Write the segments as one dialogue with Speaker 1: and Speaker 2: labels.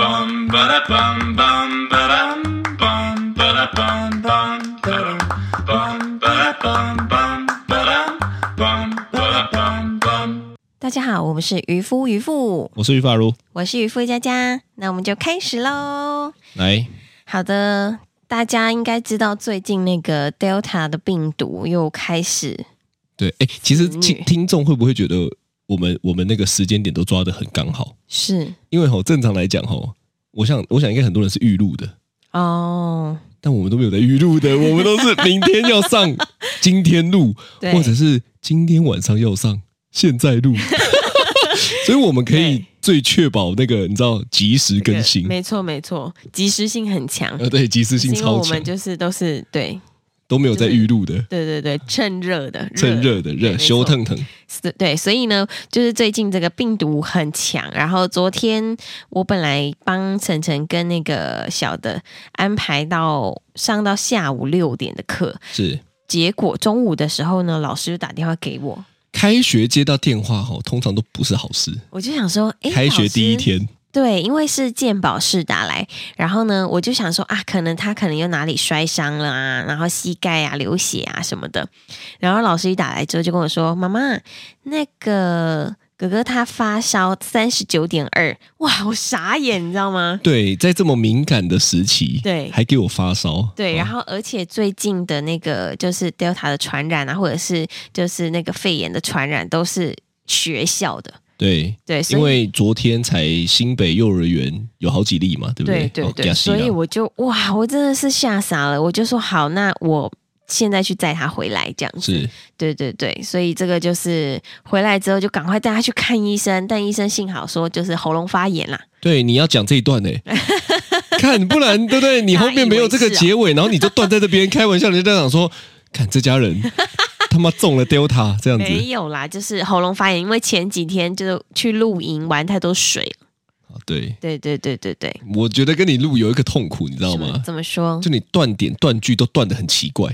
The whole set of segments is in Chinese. Speaker 1: bum ba da bum bum ba dum bum ba da bum bum ba dum bum ba da bum bum ba dum bum ba da bum bum.
Speaker 2: 大家好，我们是渔夫渔妇，
Speaker 3: 我是于发如，
Speaker 2: 我是渔夫佳佳，那我们就开始喽。
Speaker 3: 来，
Speaker 2: 好的，大家应该知道最近那个 Delta 的病毒又开始，
Speaker 3: 对，哎、其实
Speaker 2: 子女
Speaker 3: 听听众会不会觉得我们我们那个时间点都抓的很刚好？
Speaker 2: 是
Speaker 3: 因为吼，正常来讲吼，我想我想应该很多人是预录的，
Speaker 2: 哦，
Speaker 3: 但我们都没有在预录 的，我们都是明天要上，今天录，
Speaker 2: 对
Speaker 3: 或者是今天晚上要上，现在 录，所以我们可以
Speaker 2: 对
Speaker 3: 最确保那个你知道及时更新，
Speaker 2: 没错没错，及时性很强，
Speaker 3: 呃，对，及时性
Speaker 2: 因为
Speaker 3: 超
Speaker 2: 我
Speaker 3: 强
Speaker 2: 们，就是都是对
Speaker 3: 都没有在预录的，
Speaker 2: 对对对，趁热的，
Speaker 3: 趁热的
Speaker 2: 对
Speaker 3: 热
Speaker 2: 没错
Speaker 3: 修腾腾，
Speaker 2: 是对，所以呢，就是最近这个病毒很强。然后昨天我本来帮晨晨跟那个小的安排到上到下午六点的课，
Speaker 3: 是。
Speaker 2: 结果中午的时候呢，老师就打电话给我，
Speaker 3: 开学接到电话吼，通常都不是好事。
Speaker 2: 我就想说，诶，
Speaker 3: 开学第一
Speaker 2: 老师
Speaker 3: 天，
Speaker 2: 对，因为是健保士打来，然后呢，我就想说啊，可能他可能又哪里摔伤了啊，然后膝盖啊流血啊什么的。然后老师一打来之后就跟我说：“妈妈，那个哥哥他发烧三十九点二。”哇，我傻眼，你知道吗？
Speaker 3: 对，在这么敏感的时期，
Speaker 2: 对
Speaker 3: 还给我发烧，
Speaker 2: 对，
Speaker 3: 哦
Speaker 2: 然后而且最近的那个就是 Delta 的传染啊，或者是就是那个肺炎的传染，都是学校的。
Speaker 3: 对，
Speaker 2: 对，所
Speaker 3: 因
Speaker 2: 以
Speaker 3: 为昨天才新北幼儿园有好几例嘛，对不
Speaker 2: 对
Speaker 3: 对
Speaker 2: 对
Speaker 3: 哦
Speaker 2: 对，
Speaker 3: 吓死
Speaker 2: 所以
Speaker 3: 了
Speaker 2: 我就哇，我真的是吓傻了。我就说好，那我现在去载他回来这样子。
Speaker 3: 是
Speaker 2: 对对对，所以这个就是回来之后就赶快带他去看医生，但医生幸好说就是喉咙发炎啦。
Speaker 3: 对你要讲这一段呢、欸 看不然对不对？你后面没有这个结尾，然后你就断在这边，开玩笑，人家 想说，看这家人他妈中了 Delta 这样
Speaker 2: 没
Speaker 3: 子，
Speaker 2: 有啦，就是喉咙发炎，因为前几天就是去露营玩太多水了。
Speaker 3: 啊对。
Speaker 2: 对对对对对，
Speaker 3: 我觉得跟你录有一个痛苦，你知道
Speaker 2: 怎么
Speaker 3: 吗？
Speaker 2: 怎么说
Speaker 3: 就你断点断句都断的很奇怪，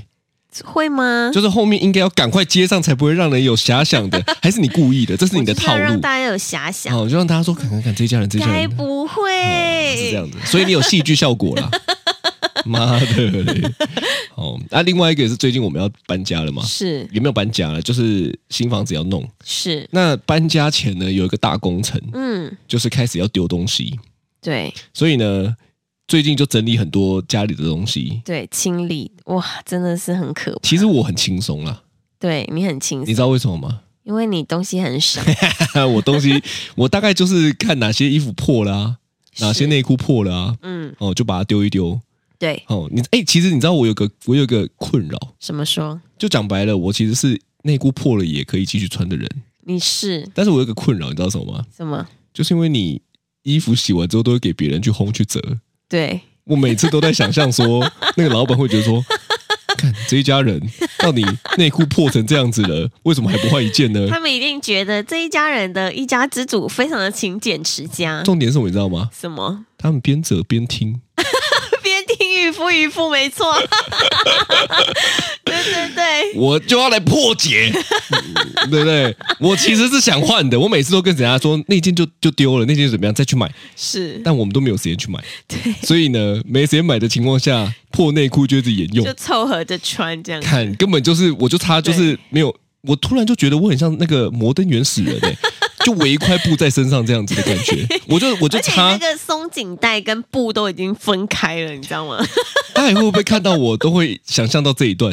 Speaker 2: 会 吗？
Speaker 3: 就是后面应该要赶快接上，才不会让人有遐想 的，还是你故意的？这是你的
Speaker 2: 我就是
Speaker 3: 套
Speaker 2: 要让
Speaker 3: 路。
Speaker 2: 大家有遐想，
Speaker 3: 哦，就让大家说，看看看，这一家人，这一家
Speaker 2: 该
Speaker 3: 人
Speaker 2: 不
Speaker 3: 是
Speaker 2: 会
Speaker 3: 这样子，所以你有戏剧效果 啦。妈的嘞！哦，那、另外一个也是最近我们要搬家了嘛，
Speaker 2: 是
Speaker 3: 也没有搬家了，就是新房子要弄。
Speaker 2: 是，
Speaker 3: 那搬家前呢，有一个大工程，
Speaker 2: 嗯，
Speaker 3: 就是开始要丢东西，
Speaker 2: 对。
Speaker 3: 所以呢，最近就整理很多家里的东西。
Speaker 2: 对，清理哇，真的是很可怕。
Speaker 3: 其实我很轻松啦，
Speaker 2: 对你很轻
Speaker 3: 你
Speaker 2: 松，
Speaker 3: 知道为什么吗？
Speaker 2: 因为你东西很 少，
Speaker 3: 我东西，我大概就是看哪些衣服破了啊，哪些
Speaker 2: 是
Speaker 3: 内裤破了啊，
Speaker 2: 嗯，
Speaker 3: 哦，就把它丢一丢。
Speaker 2: 对，
Speaker 3: 哦，你哎、其实你知道我有个我有个困扰，
Speaker 2: 怎么说？
Speaker 3: 就讲白了，我其实是内裤破了也可以继续穿的人，
Speaker 2: 你是
Speaker 3: 但是我有个困扰，你知道什么吗？
Speaker 2: 什么？
Speaker 3: 就是因为你衣服洗完之后都会给别人去烘去折，
Speaker 2: 对，
Speaker 3: 我每次都在想 象说，那个老板会觉得说，看这一家人到底内裤破成这样子了，为什么还不换一件呢？
Speaker 2: 他们一定觉得这一家人的一家之主非常的勤俭持家。
Speaker 3: 重点是什么你知道吗？
Speaker 2: 什么？
Speaker 3: 他们边折边听，
Speaker 2: 边听渔夫渔夫，没错， 对对对，
Speaker 3: 我就要来破解，嗯 对不对？我其实是想换的，我每次都跟人家说那件就就丢了，那件怎么样再去买，
Speaker 2: 是，
Speaker 3: 但我们都没有时间去买，
Speaker 2: 对，
Speaker 3: 所以呢，没时间买的情况下，破内裤就一直沿用
Speaker 2: 就，凑合着穿这样。
Speaker 3: 看根本就是我就差就是没有，我突然就觉得我很像那个摩登原始人哎、 就围一块布在身上这样子的感觉，我就我就
Speaker 2: 而且那
Speaker 3: 差，
Speaker 2: 个松紧带跟布都已经分开了，你知道吗？
Speaker 3: 大家会不会看到我都会想象到这一段？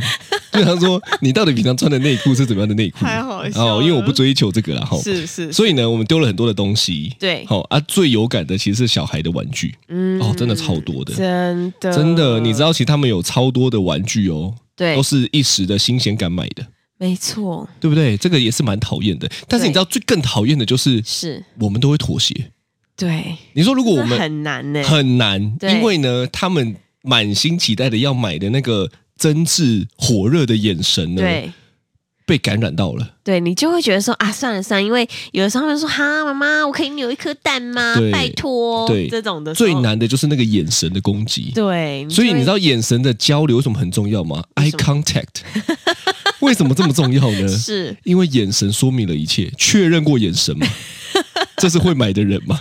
Speaker 3: 就想说你到底平常穿的内裤是怎么样的内裤？
Speaker 2: 太好笑了
Speaker 3: 哦，因为我不追求这个啦哈。吼
Speaker 2: 是是，
Speaker 3: 所以呢，我们丢了很多的东西。
Speaker 2: 对
Speaker 3: 好、啊，最有感的其实是小孩的玩具，
Speaker 2: 嗯
Speaker 3: 哦，真的超多的，
Speaker 2: 真的
Speaker 3: 真的，你知道，其实他们有超多的玩具哦，
Speaker 2: 对
Speaker 3: 都，是一时的新鲜感买的，
Speaker 2: 没错，
Speaker 3: 对不对？这个也是蛮讨厌的。但是
Speaker 2: 对
Speaker 3: 你知道，最更讨厌的就是
Speaker 2: 是
Speaker 3: 我们都会妥协。
Speaker 2: 对。
Speaker 3: 你说如果我
Speaker 2: 这
Speaker 3: 们
Speaker 2: 很难呢、
Speaker 3: 很难，
Speaker 2: 对
Speaker 3: 因为呢，他们满心期待的要买的那个真挚火热的眼神呢，
Speaker 2: 对
Speaker 3: 被感染到了。
Speaker 2: 对，你就会觉得说啊，算了算了，因为有的时候他们说哈，妈妈，我可以扭一颗蛋吗？
Speaker 3: 对
Speaker 2: 拜托，
Speaker 3: 对
Speaker 2: 这种的时候
Speaker 3: 最，难的就是那个眼神的攻击。
Speaker 2: 对，
Speaker 3: 嗯所以你知
Speaker 2: 就会
Speaker 3: 道眼神的交流有什么很重要吗
Speaker 2: 为
Speaker 3: ？Eye
Speaker 2: 什
Speaker 3: contact，为什么这么重 要呢？
Speaker 2: 是
Speaker 3: 因 为眼神说明了一切。确认过眼神吗？这是会买的人吗？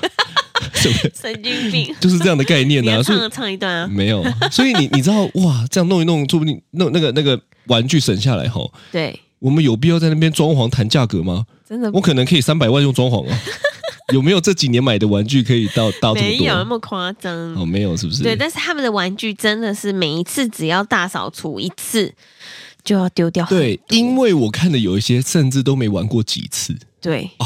Speaker 3: 什么？。
Speaker 2: 神经病
Speaker 3: 就是这样的概念
Speaker 2: 你
Speaker 3: 啊。
Speaker 2: 要
Speaker 3: 所以
Speaker 2: 唱唱一段啊，
Speaker 3: 没有，所以你你知道哇，这样弄一弄，说不定弄那个那个玩具省下来哈。
Speaker 2: 对，
Speaker 3: 我们有必要在那边装潢谈价格吗？
Speaker 2: 真的
Speaker 3: 我可能可以三百万用装潢哦。有没有这几年买的玩具可以到到这
Speaker 2: 没
Speaker 3: 么多？
Speaker 2: 有那么夸张。
Speaker 3: 哦，没有，是不是？
Speaker 2: 对，但是他们的玩具真的是每一次只要大扫除一次就要丢 掉很。
Speaker 3: 对，因为我看的有一些甚至都没玩过几次
Speaker 2: 对，
Speaker 3: 哦，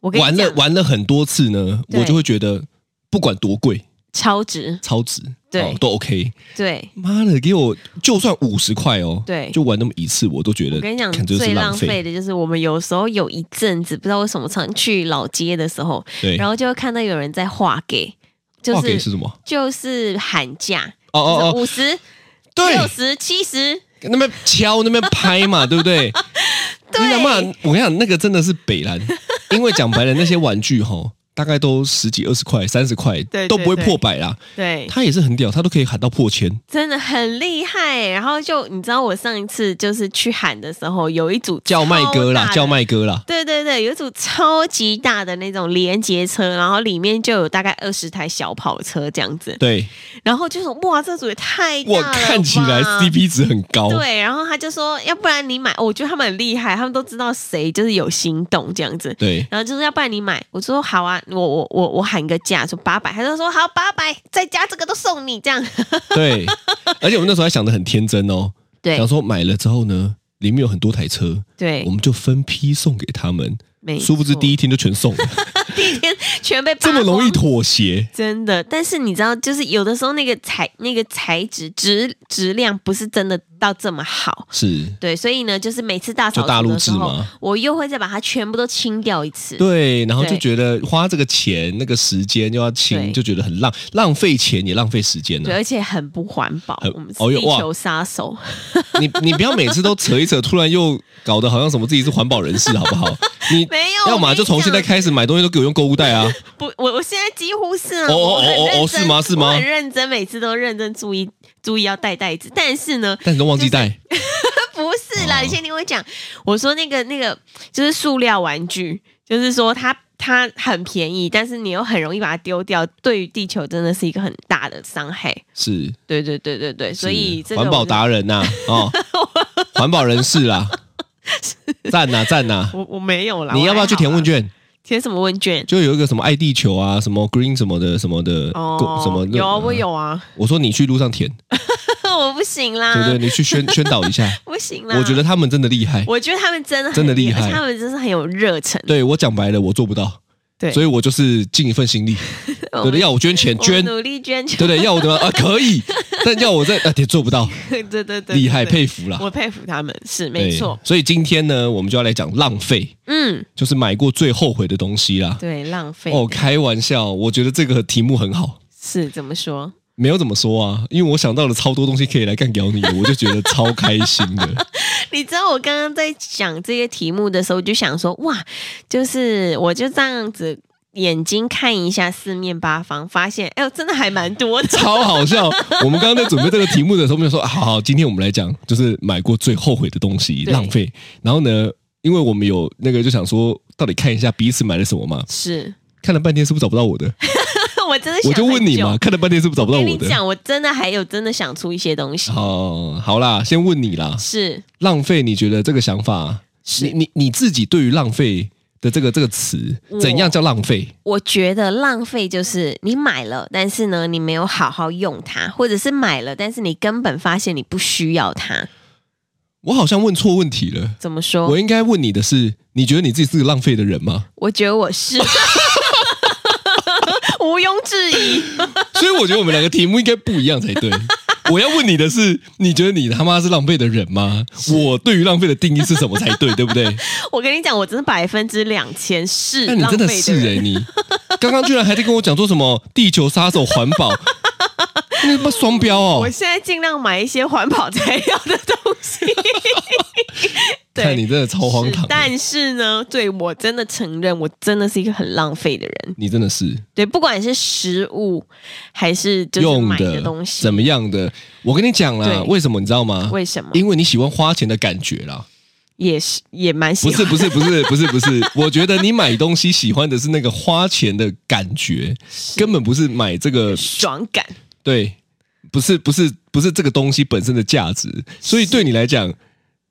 Speaker 2: 我跟
Speaker 3: 玩
Speaker 2: 你
Speaker 3: 了
Speaker 2: 讲，
Speaker 3: 玩了很多次呢，
Speaker 2: 对
Speaker 3: 我就会觉得不管多贵，
Speaker 2: 超值。
Speaker 3: 超值，
Speaker 2: 对
Speaker 3: 哦都 OK。
Speaker 2: 对，
Speaker 3: 妈的，给我就算五十块哦，
Speaker 2: 对
Speaker 3: 就玩那么一次，我都觉得
Speaker 2: 我跟你讲，
Speaker 3: 看就是
Speaker 2: 最浪
Speaker 3: 浪
Speaker 2: 费
Speaker 3: 费。
Speaker 2: 的就是我们有时候有一阵子不知道为什么常去老街的时候，
Speaker 3: 对，
Speaker 2: 然后就会看到有人在划给，就
Speaker 3: 画给是
Speaker 2: 是
Speaker 3: 什么？
Speaker 2: 就是喊价，
Speaker 3: 哦哦哦，
Speaker 2: 五十、
Speaker 3: 对，
Speaker 2: 六十、七十，
Speaker 3: 那边敲那边拍 嘛，对不对？你想嘛，我跟你讲，那个真的是北 蓝，因为讲白了，那些玩具吼，大概都十几、二十块、三十块，
Speaker 2: 对对
Speaker 3: 都不会
Speaker 2: 对
Speaker 3: 破百啦。
Speaker 2: 对，
Speaker 3: 他也是很屌，他都可以喊到破千。
Speaker 2: 真的很厉害。欸然后就你知道，我上一次就是去喊的时候，有一组
Speaker 3: 叫卖
Speaker 2: 超
Speaker 3: 哥
Speaker 2: 大
Speaker 3: 啦，
Speaker 2: 的
Speaker 3: 叫。卖哥啦，
Speaker 2: 对对对，有一组超级大的那种连接车，然后里面就有大概二十台小跑车这样子，
Speaker 3: 对
Speaker 2: 然后就是哇，这组也太大了
Speaker 3: 我
Speaker 2: 吧
Speaker 3: 看起来 CP 值很高，
Speaker 2: 对，然后他就说，要不然你买，哦我觉得他们很厉害，他们都知道谁就是有心动这样子。
Speaker 3: 对
Speaker 2: 然后就是要不然你买，我说好啊，我我我我喊个价，说八百，他就说好八百，再加这个都送你这样。
Speaker 3: 对，而且我们那时候还想的很天真哦，
Speaker 2: 对
Speaker 3: 想说买了之后呢，里面有很多台车，
Speaker 2: 对
Speaker 3: 我，们就分批送给他们，
Speaker 2: 没
Speaker 3: 殊不知
Speaker 2: 错
Speaker 3: 第一天就全送了，
Speaker 2: 全被扒
Speaker 3: 这么容易
Speaker 2: 光，
Speaker 3: 妥协，
Speaker 2: 真的。但是你知道，就是有的时候那个材那个材质质质量不是真的到这么好。
Speaker 3: 是
Speaker 2: 对，所以呢，就是每次大扫
Speaker 3: 就大
Speaker 2: 除
Speaker 3: 陆
Speaker 2: 的时
Speaker 3: 制
Speaker 2: 候
Speaker 3: 嘛，
Speaker 2: 我又会再把它全部都清掉一次。
Speaker 3: 对，然后就
Speaker 2: 对
Speaker 3: 觉得花这个钱、那个时间又要清，
Speaker 2: 对
Speaker 3: 就觉得很浪浪费钱也浪费时间啊
Speaker 2: 对，
Speaker 3: 了。
Speaker 2: 而且很不环保
Speaker 3: 嗯很，
Speaker 2: 我们是
Speaker 3: 哦哟
Speaker 2: 地
Speaker 3: 哇
Speaker 2: 球杀 手。
Speaker 3: 你你不要每次都扯一扯，突然又搞得好像什么自己是环保人士，好不好？你
Speaker 2: 没有
Speaker 3: 要
Speaker 2: 哦
Speaker 3: 么
Speaker 2: 我跟你
Speaker 3: 就从现在
Speaker 2: 讲
Speaker 3: 开始买东西都给我用购物 袋啊！
Speaker 2: 不，我我现在几乎是啊
Speaker 3: 哦
Speaker 2: 我
Speaker 3: 哦
Speaker 2: 很
Speaker 3: 哦哦
Speaker 2: 认
Speaker 3: 哦
Speaker 2: 真
Speaker 3: 是吗是
Speaker 2: 我
Speaker 3: 吗
Speaker 2: 很认真，每次都认真注意注意要带袋子，但是 呢，
Speaker 3: 但你都忘记带，
Speaker 2: 不是啦，
Speaker 3: 哦
Speaker 2: 你先听我讲。我说那个那个就是塑料玩具，就是说它它很便宜，但是你又很容易把它丢掉，对于地球真的是一个很大的伤害。
Speaker 3: 是
Speaker 2: 对对对对对，所以
Speaker 3: 是
Speaker 2: 这个
Speaker 3: 环保
Speaker 2: 我就
Speaker 3: 达人呐、 哦，环保人士啦，赞呐赞呐！
Speaker 2: 我我没有啦。
Speaker 3: 你
Speaker 2: 我
Speaker 3: 要不要
Speaker 2: 还
Speaker 3: 去填
Speaker 2: 好啊啦
Speaker 3: 问？卷？
Speaker 2: 填什么问卷？
Speaker 3: 就有一个什么爱地球啊，什么 green 什么的什么的，
Speaker 2: 哦，
Speaker 3: 什么嗯的
Speaker 2: 有啊，我。有啊，
Speaker 3: 我说你去路上填，
Speaker 2: 我不行啦，
Speaker 3: 对对，你去宣宣导一下。
Speaker 2: 不行啦。
Speaker 3: 我觉得，他们真的厉害。
Speaker 2: 我觉得他们真的很
Speaker 3: 真的厉
Speaker 2: 而
Speaker 3: 害
Speaker 2: 且他们真是很有热忱。
Speaker 3: 对我讲白了，我做不到，
Speaker 2: 对
Speaker 3: 所以我就是尽一份心力，对
Speaker 2: 我
Speaker 3: 不
Speaker 2: 们
Speaker 3: 对？要我捐钱
Speaker 2: 我
Speaker 3: 捐，对
Speaker 2: 努力捐
Speaker 3: 不对？要我怎么样啊？可以，但要我在啊，也做不到，
Speaker 2: 对对对对，
Speaker 3: 厉害，
Speaker 2: 对
Speaker 3: 佩服啦。
Speaker 2: 我佩服他们，是
Speaker 3: 对
Speaker 2: 没错。
Speaker 3: 所以今天呢，我们就要来讲浪费，
Speaker 2: 嗯，
Speaker 3: 就是买过最后悔的东西啦。
Speaker 2: 对，浪费
Speaker 3: 哦，开玩笑，我觉得这个题目很好。
Speaker 2: 是怎么说？
Speaker 3: 没有怎么说啊，因为我想到了超多东西可以来干掉你的，我就觉得超开心 的。
Speaker 2: 你知道我刚刚在讲这些题目的时候，我就想说，哇，就是我就这样子眼睛看一下四面八方，发现，哎呦，真的还蛮多的。
Speaker 3: 超好笑。我们刚刚在准备这个题目的时候，我们就说，啊好好，今天我们来讲，就是买过最后悔的东西，
Speaker 2: 对
Speaker 3: 浪费。然后呢，因为我们有那个就想说，到底看一下彼此买了什么嘛？
Speaker 2: 是
Speaker 3: 看了半天是不是找不到我的？
Speaker 2: 我真的想
Speaker 3: 我就问你
Speaker 2: 很
Speaker 3: 嘛，
Speaker 2: 久，
Speaker 3: 看了半天是不是找不到
Speaker 2: 跟
Speaker 3: 我
Speaker 2: 你
Speaker 3: 的？
Speaker 2: 讲，我真的还有真的想出一些东西，
Speaker 3: 哦，好啦，先问你啦，
Speaker 2: 是
Speaker 3: 浪费，你觉得这个想法，啊你你你自己对于浪费的这个这个词，
Speaker 2: 我
Speaker 3: 怎样叫浪费？
Speaker 2: 我觉得浪费就是你买了，但是呢，你没有好好用它，或者是买了，但是你根本发现你不需要它。
Speaker 3: 我好像问错问题了。
Speaker 2: 怎么说？
Speaker 3: 我
Speaker 2: 我
Speaker 3: 应该问你的是，你觉得你自己是个浪费的 人吗？
Speaker 2: 觉得我 是毋庸置疑。
Speaker 3: 所以我觉得我们两个题目应该不一样才对。我要问你的是，你觉得你他妈是浪费的人吗？我对于浪费的定义是什么才对，对不对？
Speaker 2: 我跟你讲，我真的百分之两千是
Speaker 3: 那你
Speaker 2: 浪
Speaker 3: 真
Speaker 2: 费
Speaker 3: 的
Speaker 2: 的
Speaker 3: 是
Speaker 2: 人
Speaker 3: 哎、你刚刚居然还在跟我讲说什么地球杀手环 保，你他妈双标
Speaker 2: 我
Speaker 3: 哦！
Speaker 2: 现在尽量买一些环保材料的东西。
Speaker 3: 看
Speaker 2: 对，
Speaker 3: 你真的超荒
Speaker 2: 是
Speaker 3: 唐，
Speaker 2: 但是呢，对我真的承认，我真的是一个很浪费的人。
Speaker 3: 你真的是
Speaker 2: 对，不管是食物还是就是
Speaker 3: 用
Speaker 2: 买
Speaker 3: 的
Speaker 2: 的东西，
Speaker 3: 怎么样的？我跟你讲啦，
Speaker 2: 对
Speaker 3: 为什么你知道吗？
Speaker 2: 为什么？
Speaker 3: 因为你喜欢花钱的感觉啦。
Speaker 2: 也是也蛮喜
Speaker 3: 不
Speaker 2: 欢
Speaker 3: 是不是不是不是 不是，我觉得你买东西喜欢的是那个花钱的感觉，根本不是买这个
Speaker 2: 爽感。
Speaker 3: 对，不是不是不是这个东西本身的价值，所以对你来讲，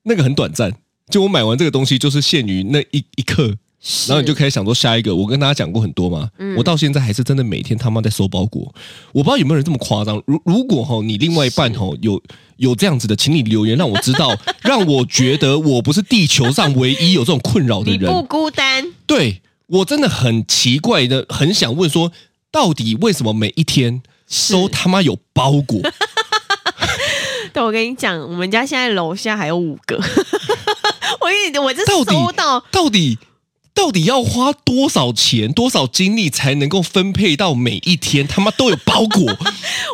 Speaker 3: 那个很短暂。就我买完这个东西，就是限于那一一刻，
Speaker 2: 是嗯
Speaker 3: 然后你就开始想说下一个。我跟大家讲过很多嘛，我到现在还是真的每天他妈在收包裹。我不知道有没有人这么夸张。如如果哈、你另外一半哈、有有这样子的，请你留言让我知道，让我觉得我不是地球上唯一有这种困扰的
Speaker 2: 你
Speaker 3: 人。
Speaker 2: 不孤单，
Speaker 3: 对我真的很奇怪的，很想问说，到底为什么每一天都他妈有包裹？
Speaker 2: 但我跟你讲，我们家现在楼下还有五个。 我跟你，我这
Speaker 3: 到底
Speaker 2: 收到
Speaker 3: 到底到底要花多少钱、多少精力才能够分配到每一天他妈都有包裹？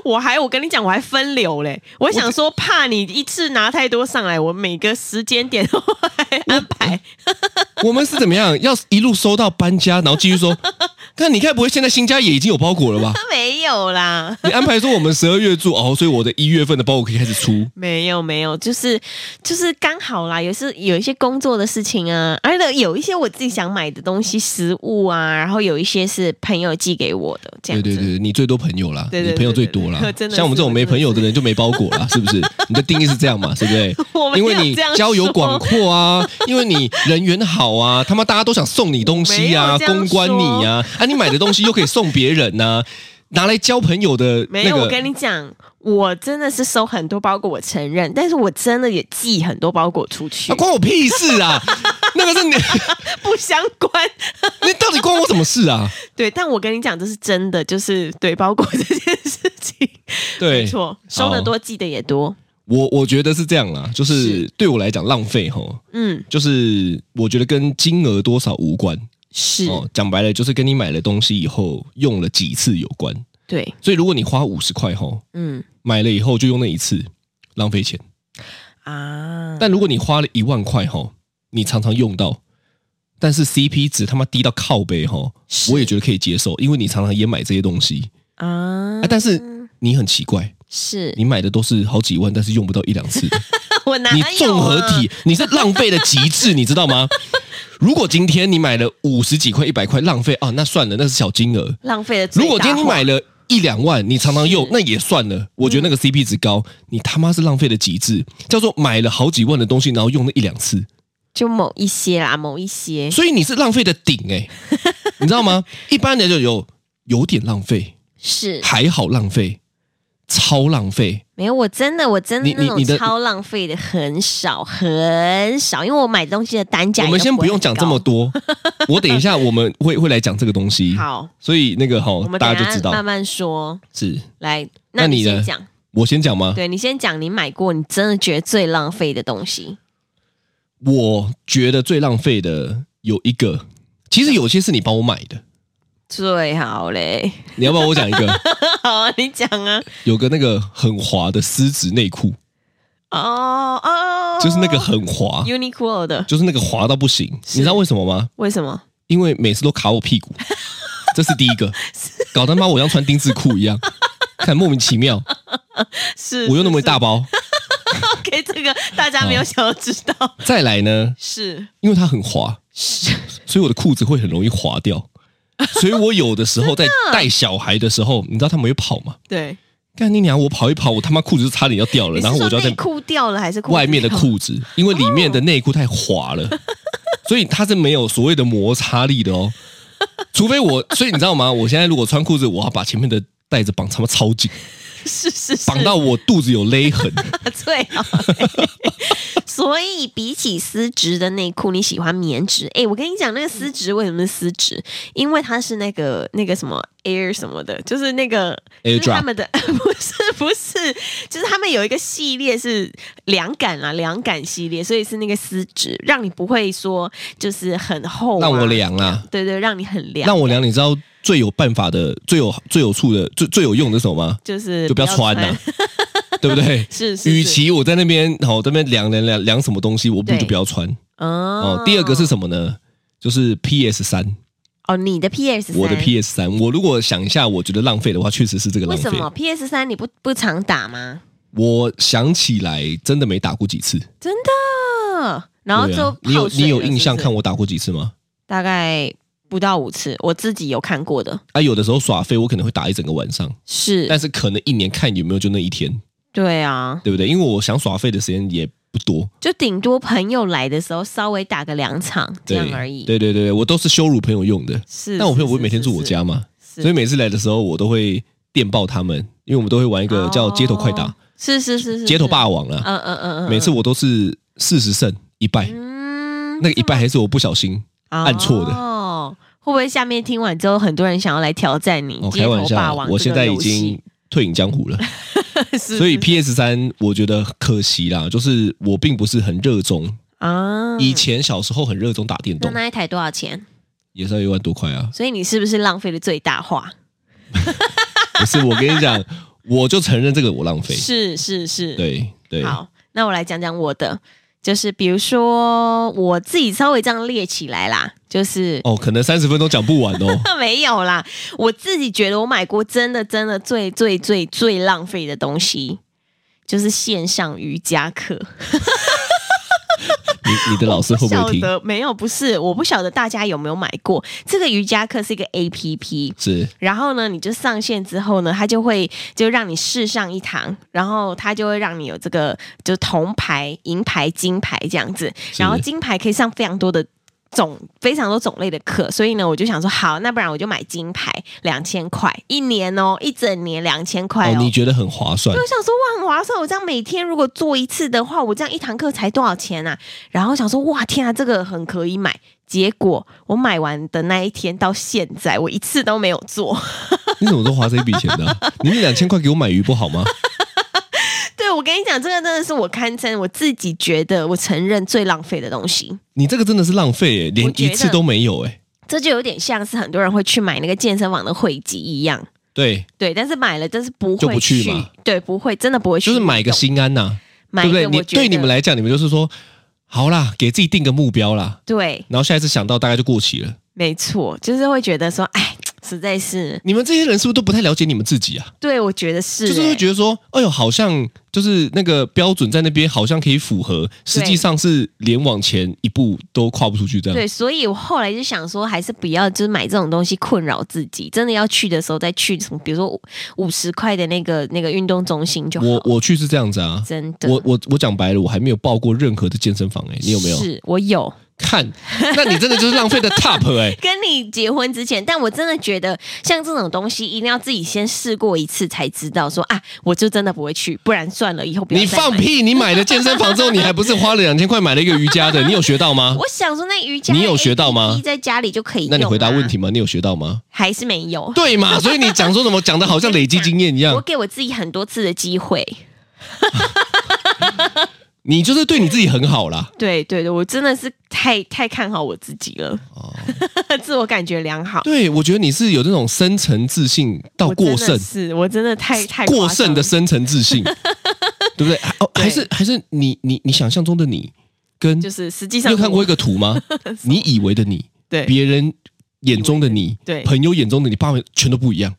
Speaker 2: 我还我跟你讲，我还分流嘞。我想说，怕你一次拿太多上来，我每个时间点 都还安排。
Speaker 3: 嗯 我们是怎么样？要一路收到搬家，然后继续说， 看你该不会现在新家也已经有包裹了吧？
Speaker 2: 没有啦，
Speaker 3: 你安排说我们十二月住哦，所以我的一月份的包裹可以开始出。
Speaker 2: 没有没有，就是就是刚好啦，有是有一些工作的事情啊，而且有一些我自己想买的东西，食物啊，然后有一些是朋友寄给我的，这
Speaker 3: 对
Speaker 2: 样子。
Speaker 3: 对对，你最多朋友啦，
Speaker 2: 对对对
Speaker 3: 你朋友最多啦
Speaker 2: 对对对真的是
Speaker 3: 像我们这种没朋友的人就没包裹 啦，是不是？你的定义是这样嘛，是不是
Speaker 2: 我？没
Speaker 3: 因
Speaker 2: 有
Speaker 3: 为你
Speaker 2: 这样
Speaker 3: 交友
Speaker 2: 说
Speaker 3: 广阔啊，因为你人缘好啊，他妈大家都想送你东西
Speaker 2: 我
Speaker 3: 啊，
Speaker 2: 没有这样
Speaker 3: 公关你啊，啊，你买的东西又可以送别人呐、拿来交朋友的
Speaker 2: 没
Speaker 3: 那
Speaker 2: 有，我
Speaker 3: 个
Speaker 2: 跟你讲，我真的是收很多包裹，我承认，但是我真的也寄很多包裹出去，
Speaker 3: 啊，关我屁 事啊！那个是你，
Speaker 2: 不相关。
Speaker 3: 你到底关我什么事啊？
Speaker 2: 对，但我跟你讲，这是真的，就是对包裹这件事情，
Speaker 3: 对，哦
Speaker 2: 没错，收的多，寄的也多。
Speaker 3: 我我觉得是这样啦，就是对我来讲浪费吼，
Speaker 2: 嗯，
Speaker 3: 就是我觉得跟金额多少无关。
Speaker 2: 是，
Speaker 3: 哦，讲白了就是跟你买了东西以后用了几次有关。
Speaker 2: 对，
Speaker 3: 所以如果你花五十块吼
Speaker 2: 嗯
Speaker 3: 买了以后就用那一次，浪费钱。
Speaker 2: 啊，
Speaker 3: 但如果你花了一万块吼，你常常用到，但是 CP 值他妈低到靠背吼，
Speaker 2: 是
Speaker 3: 我也觉得可以接受，因为你常常也买这些东西
Speaker 2: 啊
Speaker 3: 啊。，但是你很奇怪，
Speaker 2: 是
Speaker 3: 你买的都是好几万，但是用不到一两次。
Speaker 2: 我哪
Speaker 3: 你
Speaker 2: 有啊
Speaker 3: 综合体，你是浪费的极致，你知道吗？如果今天你买了五十几块、一百块，浪费啊，那算了，那是小金额。
Speaker 2: 浪费了最大化。
Speaker 3: 如果今天你买了一两万，你常常用，那也算了。我觉
Speaker 2: 嗯
Speaker 3: 得那个 CP 值高，你他妈是浪费的极致，叫做买了好几万的东西，然后用那一两次，
Speaker 2: 就某一些啦，某一些
Speaker 3: 所以你是浪费的顶哎、你知道吗？一般人就有有点浪费，
Speaker 2: 是
Speaker 3: 还好浪费，超浪费。
Speaker 2: 没有，我真的我真
Speaker 3: 你
Speaker 2: 的
Speaker 3: 你
Speaker 2: 那
Speaker 3: 你
Speaker 2: 种
Speaker 3: 的
Speaker 2: 超浪费的很少很少，因为我买东西的单价
Speaker 3: 我
Speaker 2: 也
Speaker 3: 们
Speaker 2: 都
Speaker 3: 先
Speaker 2: 不
Speaker 3: 不
Speaker 2: 会
Speaker 3: 用
Speaker 2: 很
Speaker 3: 讲
Speaker 2: 高
Speaker 3: 这么多，我等一下我们会会来讲这个东西。
Speaker 2: 好，
Speaker 3: 所以那个
Speaker 2: 我
Speaker 3: 哈，
Speaker 2: 们
Speaker 3: 嗯大
Speaker 2: 等
Speaker 3: 家就
Speaker 2: 一
Speaker 3: 知
Speaker 2: 下
Speaker 3: 道
Speaker 2: 慢慢说。
Speaker 3: 是
Speaker 2: 来，
Speaker 3: 那
Speaker 2: 你
Speaker 3: 你呢
Speaker 2: 先讲，
Speaker 3: 我先讲吗？
Speaker 2: 对你先讲，你买过你真的觉得最浪费的东西，
Speaker 3: 我觉得最浪费的有一个，其实有些是你帮我买的，
Speaker 2: 最好嘞。
Speaker 3: 你要不要我讲一个？
Speaker 2: 好啊，你讲啊。
Speaker 3: 有个那个很滑的丝质内裤，
Speaker 2: 哦哦，
Speaker 3: 就是那个很滑，
Speaker 2: Uniqlo 的，
Speaker 3: 就是那个滑到不行。你知道为什么吗？
Speaker 2: 为什么？
Speaker 3: 因为每次都卡我 屁股，这是第一个，搞他妈我像穿丁字裤一 样，看莫名其妙。
Speaker 2: 是
Speaker 3: 我又那么一
Speaker 2: 是
Speaker 3: 大包，
Speaker 2: 是 OK，这个大家
Speaker 3: 哦
Speaker 2: 没有想要知道，
Speaker 3: 再来呢，
Speaker 2: 是
Speaker 3: 因为它很滑，所以我的裤子会很容易滑掉。所以我有的时候在带小孩的时候，你知道他们会跑吗？
Speaker 2: 对。
Speaker 3: 干你娘！我跑一跑，我他妈裤子就差点要掉了，
Speaker 2: 你是
Speaker 3: 然后我
Speaker 2: 说
Speaker 3: 就要在
Speaker 2: 内裤哦掉了还是裤子
Speaker 3: 外面的
Speaker 2: 掉了？
Speaker 3: 裤子，因为里面的内裤太滑了，所以它是没有所谓的摩擦力的哦。除非我，所以你知道吗？我现在如果穿裤子，我要把前面的带子绑他妈超紧，
Speaker 2: 是是是，
Speaker 3: 绑到我肚子有勒痕。
Speaker 2: 最好 嘞。所以比起丝质的内裤，你喜欢棉质？哎、我跟你讲，那个丝质为什么是丝质？因为它是那个那个什么 air 什么的，就是那个就是
Speaker 3: Air
Speaker 2: 他
Speaker 3: Drop
Speaker 2: 们的 不是不是，就是他们有一个系列是凉感啊，凉感系列，所以是那个丝质，让你不会说就是很厚、啊，
Speaker 3: 让我凉啊，
Speaker 2: 对对，让你很凉，
Speaker 3: 让我量，你知道最有办法的、最有最有处的、最最有用的是什么吗？
Speaker 2: 就是
Speaker 3: 就不要穿啊呐、 对不对？
Speaker 2: 是是，
Speaker 3: 与
Speaker 2: 是
Speaker 3: 其我在那边好这边量量量量什么东西，我不如就不要穿
Speaker 2: 哦
Speaker 3: 哦。第二个是什么呢？就是 PS 三，
Speaker 2: 哦，你的 PS
Speaker 3: 我的 PS 三。我如果想一下，我觉得浪费的话，确实是这个
Speaker 2: 为
Speaker 3: 浪费。
Speaker 2: 什么 PS 三你不不常打吗？
Speaker 3: 我想起来，真的没打过几次。
Speaker 2: 真的？然后
Speaker 3: 对
Speaker 2: 就
Speaker 3: 啊、你有
Speaker 2: 泡水
Speaker 3: 你有
Speaker 2: 了
Speaker 3: 印象
Speaker 2: 是不是
Speaker 3: 看我打过几次吗？
Speaker 2: 大概不到五次，我自己有看过的，
Speaker 3: 啊，有的时候耍废，我可能会打一整个晚上，但
Speaker 2: 是，
Speaker 3: 是可能一年看有没有就那一天，
Speaker 2: 对啊，
Speaker 3: 对不对？因为我想耍废的时间也不多，
Speaker 2: 就顶多朋友来的时候稍微打个两场这
Speaker 3: 对
Speaker 2: 样而已。
Speaker 3: 对对对，对我都是羞辱朋友用的。
Speaker 2: 是，
Speaker 3: 但我朋友
Speaker 2: 是
Speaker 3: 不会每天住我，家嘛，
Speaker 2: 所
Speaker 3: 所以每次来的时候我都会电报他们，因为我们都会玩一个叫街头快打、
Speaker 2: 是是是哦是
Speaker 3: 街头，
Speaker 2: 是
Speaker 3: 霸王啊。
Speaker 2: 嗯嗯嗯嗯，
Speaker 3: 每次我都是四十胜一败，
Speaker 2: 嗯
Speaker 3: 那个一败还是我不小心。按错的
Speaker 2: 哦，会不会下面听完之后，很多人想要来挑战你？
Speaker 3: 哦，
Speaker 2: 嗯街
Speaker 3: 开
Speaker 2: 头
Speaker 3: 玩
Speaker 2: 霸
Speaker 3: 笑
Speaker 2: 王，
Speaker 3: 我
Speaker 2: 这
Speaker 3: 现
Speaker 2: 个
Speaker 3: 在已
Speaker 2: 游
Speaker 3: 经
Speaker 2: 戏，
Speaker 3: 退隐江湖了。
Speaker 2: 是
Speaker 3: 所以
Speaker 2: 是
Speaker 3: PS 三我觉得可惜啦，就是我并不是很热衷。
Speaker 2: 啊，
Speaker 3: 以前小时候很热衷打电
Speaker 2: 那
Speaker 3: 动，
Speaker 2: 那一台多少钱？
Speaker 3: 也是要一万多块啊。
Speaker 2: 所以你是不是浪费了最大化？
Speaker 3: 不是，我跟你讲，我就承认这个我浪费。
Speaker 2: 是是是，
Speaker 3: 对对，
Speaker 2: 好，那我来讲讲我的，就是比如说我自己稍微这样列起来啦，就是。
Speaker 3: 哦，可能三十分钟讲不完哦。
Speaker 2: 没有啦，我自己觉得我买过真的真的最最最最浪费的东西，就是线上瑜伽课。
Speaker 3: 你你的老师会不
Speaker 2: 晓
Speaker 3: 会 听？
Speaker 2: 得没有？不是，我不晓得大家有没有买过这个瑜伽课是一个 A P P，
Speaker 3: 是哦
Speaker 2: 然后呢，你就上线之后呢，它就会就让你试上一堂，然后它就会让你有这个就铜牌、银牌、金牌这样子，
Speaker 3: 是
Speaker 2: 然后金牌可以上非常多的。种非常多种类的课，所以呢，我就想说，好，那不然我就买金牌，两千块一年哦，一整年两千块
Speaker 3: 哦，你觉得很划算
Speaker 2: 我？想说哇，很划算！我这样每天如果做一次的话，我这样一堂课才多少钱啊？然后想说哇，天啊，这个很可以买。结果我买完的那一天到现在，我一次都没有做。
Speaker 3: 你怎么都花这一笔钱呢、你那两千块给我买鱼不好吗？
Speaker 2: 对我跟你讲，这个真的是我堪称我自己觉得我承认最浪费的东西。
Speaker 3: 你这个真的是浪费、欸，连
Speaker 2: 我觉
Speaker 3: 一
Speaker 2: 得
Speaker 3: 次都没有哎、
Speaker 2: 这就有点像是很多人会去买那个健身房的会籍一样，
Speaker 3: 对，
Speaker 2: 对，但是买了但是不
Speaker 3: 就
Speaker 2: 会
Speaker 3: 不去嘛
Speaker 2: 对，不会，真的不会去
Speaker 3: 就
Speaker 2: 运动，
Speaker 3: 是买个心安呐、
Speaker 2: 买
Speaker 3: 对
Speaker 2: 一个
Speaker 3: 不对？你
Speaker 2: 我觉得
Speaker 3: 对你们来讲，你们就是说，好啦，给自己定个目标啦，
Speaker 2: 对，
Speaker 3: 然后下一次想到大概就过期了。
Speaker 2: 没错，就是会觉得说，哎，实在是
Speaker 3: 你们这些人是不是都不太了解你们自己啊？
Speaker 2: 对，我觉得是、欸，
Speaker 3: 就是会觉得说，哎呦，好像就是那个标准在那边，好像可以符合，实际上是连往前一步都跨不出去这样。
Speaker 2: 对，所以我后来就想说，还是不要就是买这种东西困扰自己。真的要去的时候再去什么，比如说五十块的那个那个运动中心就好。
Speaker 3: 我我去是这样子啊，
Speaker 2: 真的，
Speaker 3: 我我我讲白了，我还没有报过任何的健身房哎、你有没有？
Speaker 2: 是我有
Speaker 3: 看，那你真的就是浪费的 top 哎、
Speaker 2: 跟你结婚之前，但我真的觉得像这种东西，一定要自己先试过一次才知道说啊，我就真的不会去，不然算了，以后不要
Speaker 3: 你
Speaker 2: 再
Speaker 3: 放
Speaker 2: 买！
Speaker 3: 屁！你买了健身房之后，你还不是花了两千块买了一个瑜伽的？你有学到吗？
Speaker 2: 我想说，那瑜伽
Speaker 3: 你有学到吗
Speaker 2: APP 在家里就可以用、啊
Speaker 3: 那你回答问题，吗？你有啊学到吗？
Speaker 2: 还是没有？
Speaker 3: 对嘛？所以你讲说什么讲的好像累积经验一
Speaker 2: 我
Speaker 3: 样，
Speaker 2: 给我自己很多次的机会。
Speaker 3: 你就是对你自己很好啦。
Speaker 2: 对对对，我真的是太太看好我自己了，
Speaker 3: 哦，
Speaker 2: 自我感觉良好。
Speaker 3: 对，我觉得你是有那种深层自信到
Speaker 2: 我真
Speaker 3: 过
Speaker 2: 的
Speaker 3: 剩，
Speaker 2: 是我真的太太夸张
Speaker 3: 过剩的深层自 信，对不对？哦，
Speaker 2: 对
Speaker 3: 还是还是你你你想象中的你跟
Speaker 2: 就
Speaker 3: 你
Speaker 2: 是实际上
Speaker 3: 有看过一
Speaker 2: 个
Speaker 3: 个 图吗？你以为的你，
Speaker 2: 对，
Speaker 3: 别人眼中的你，
Speaker 2: 对
Speaker 3: 朋友眼中的你，爸妈全都不一样。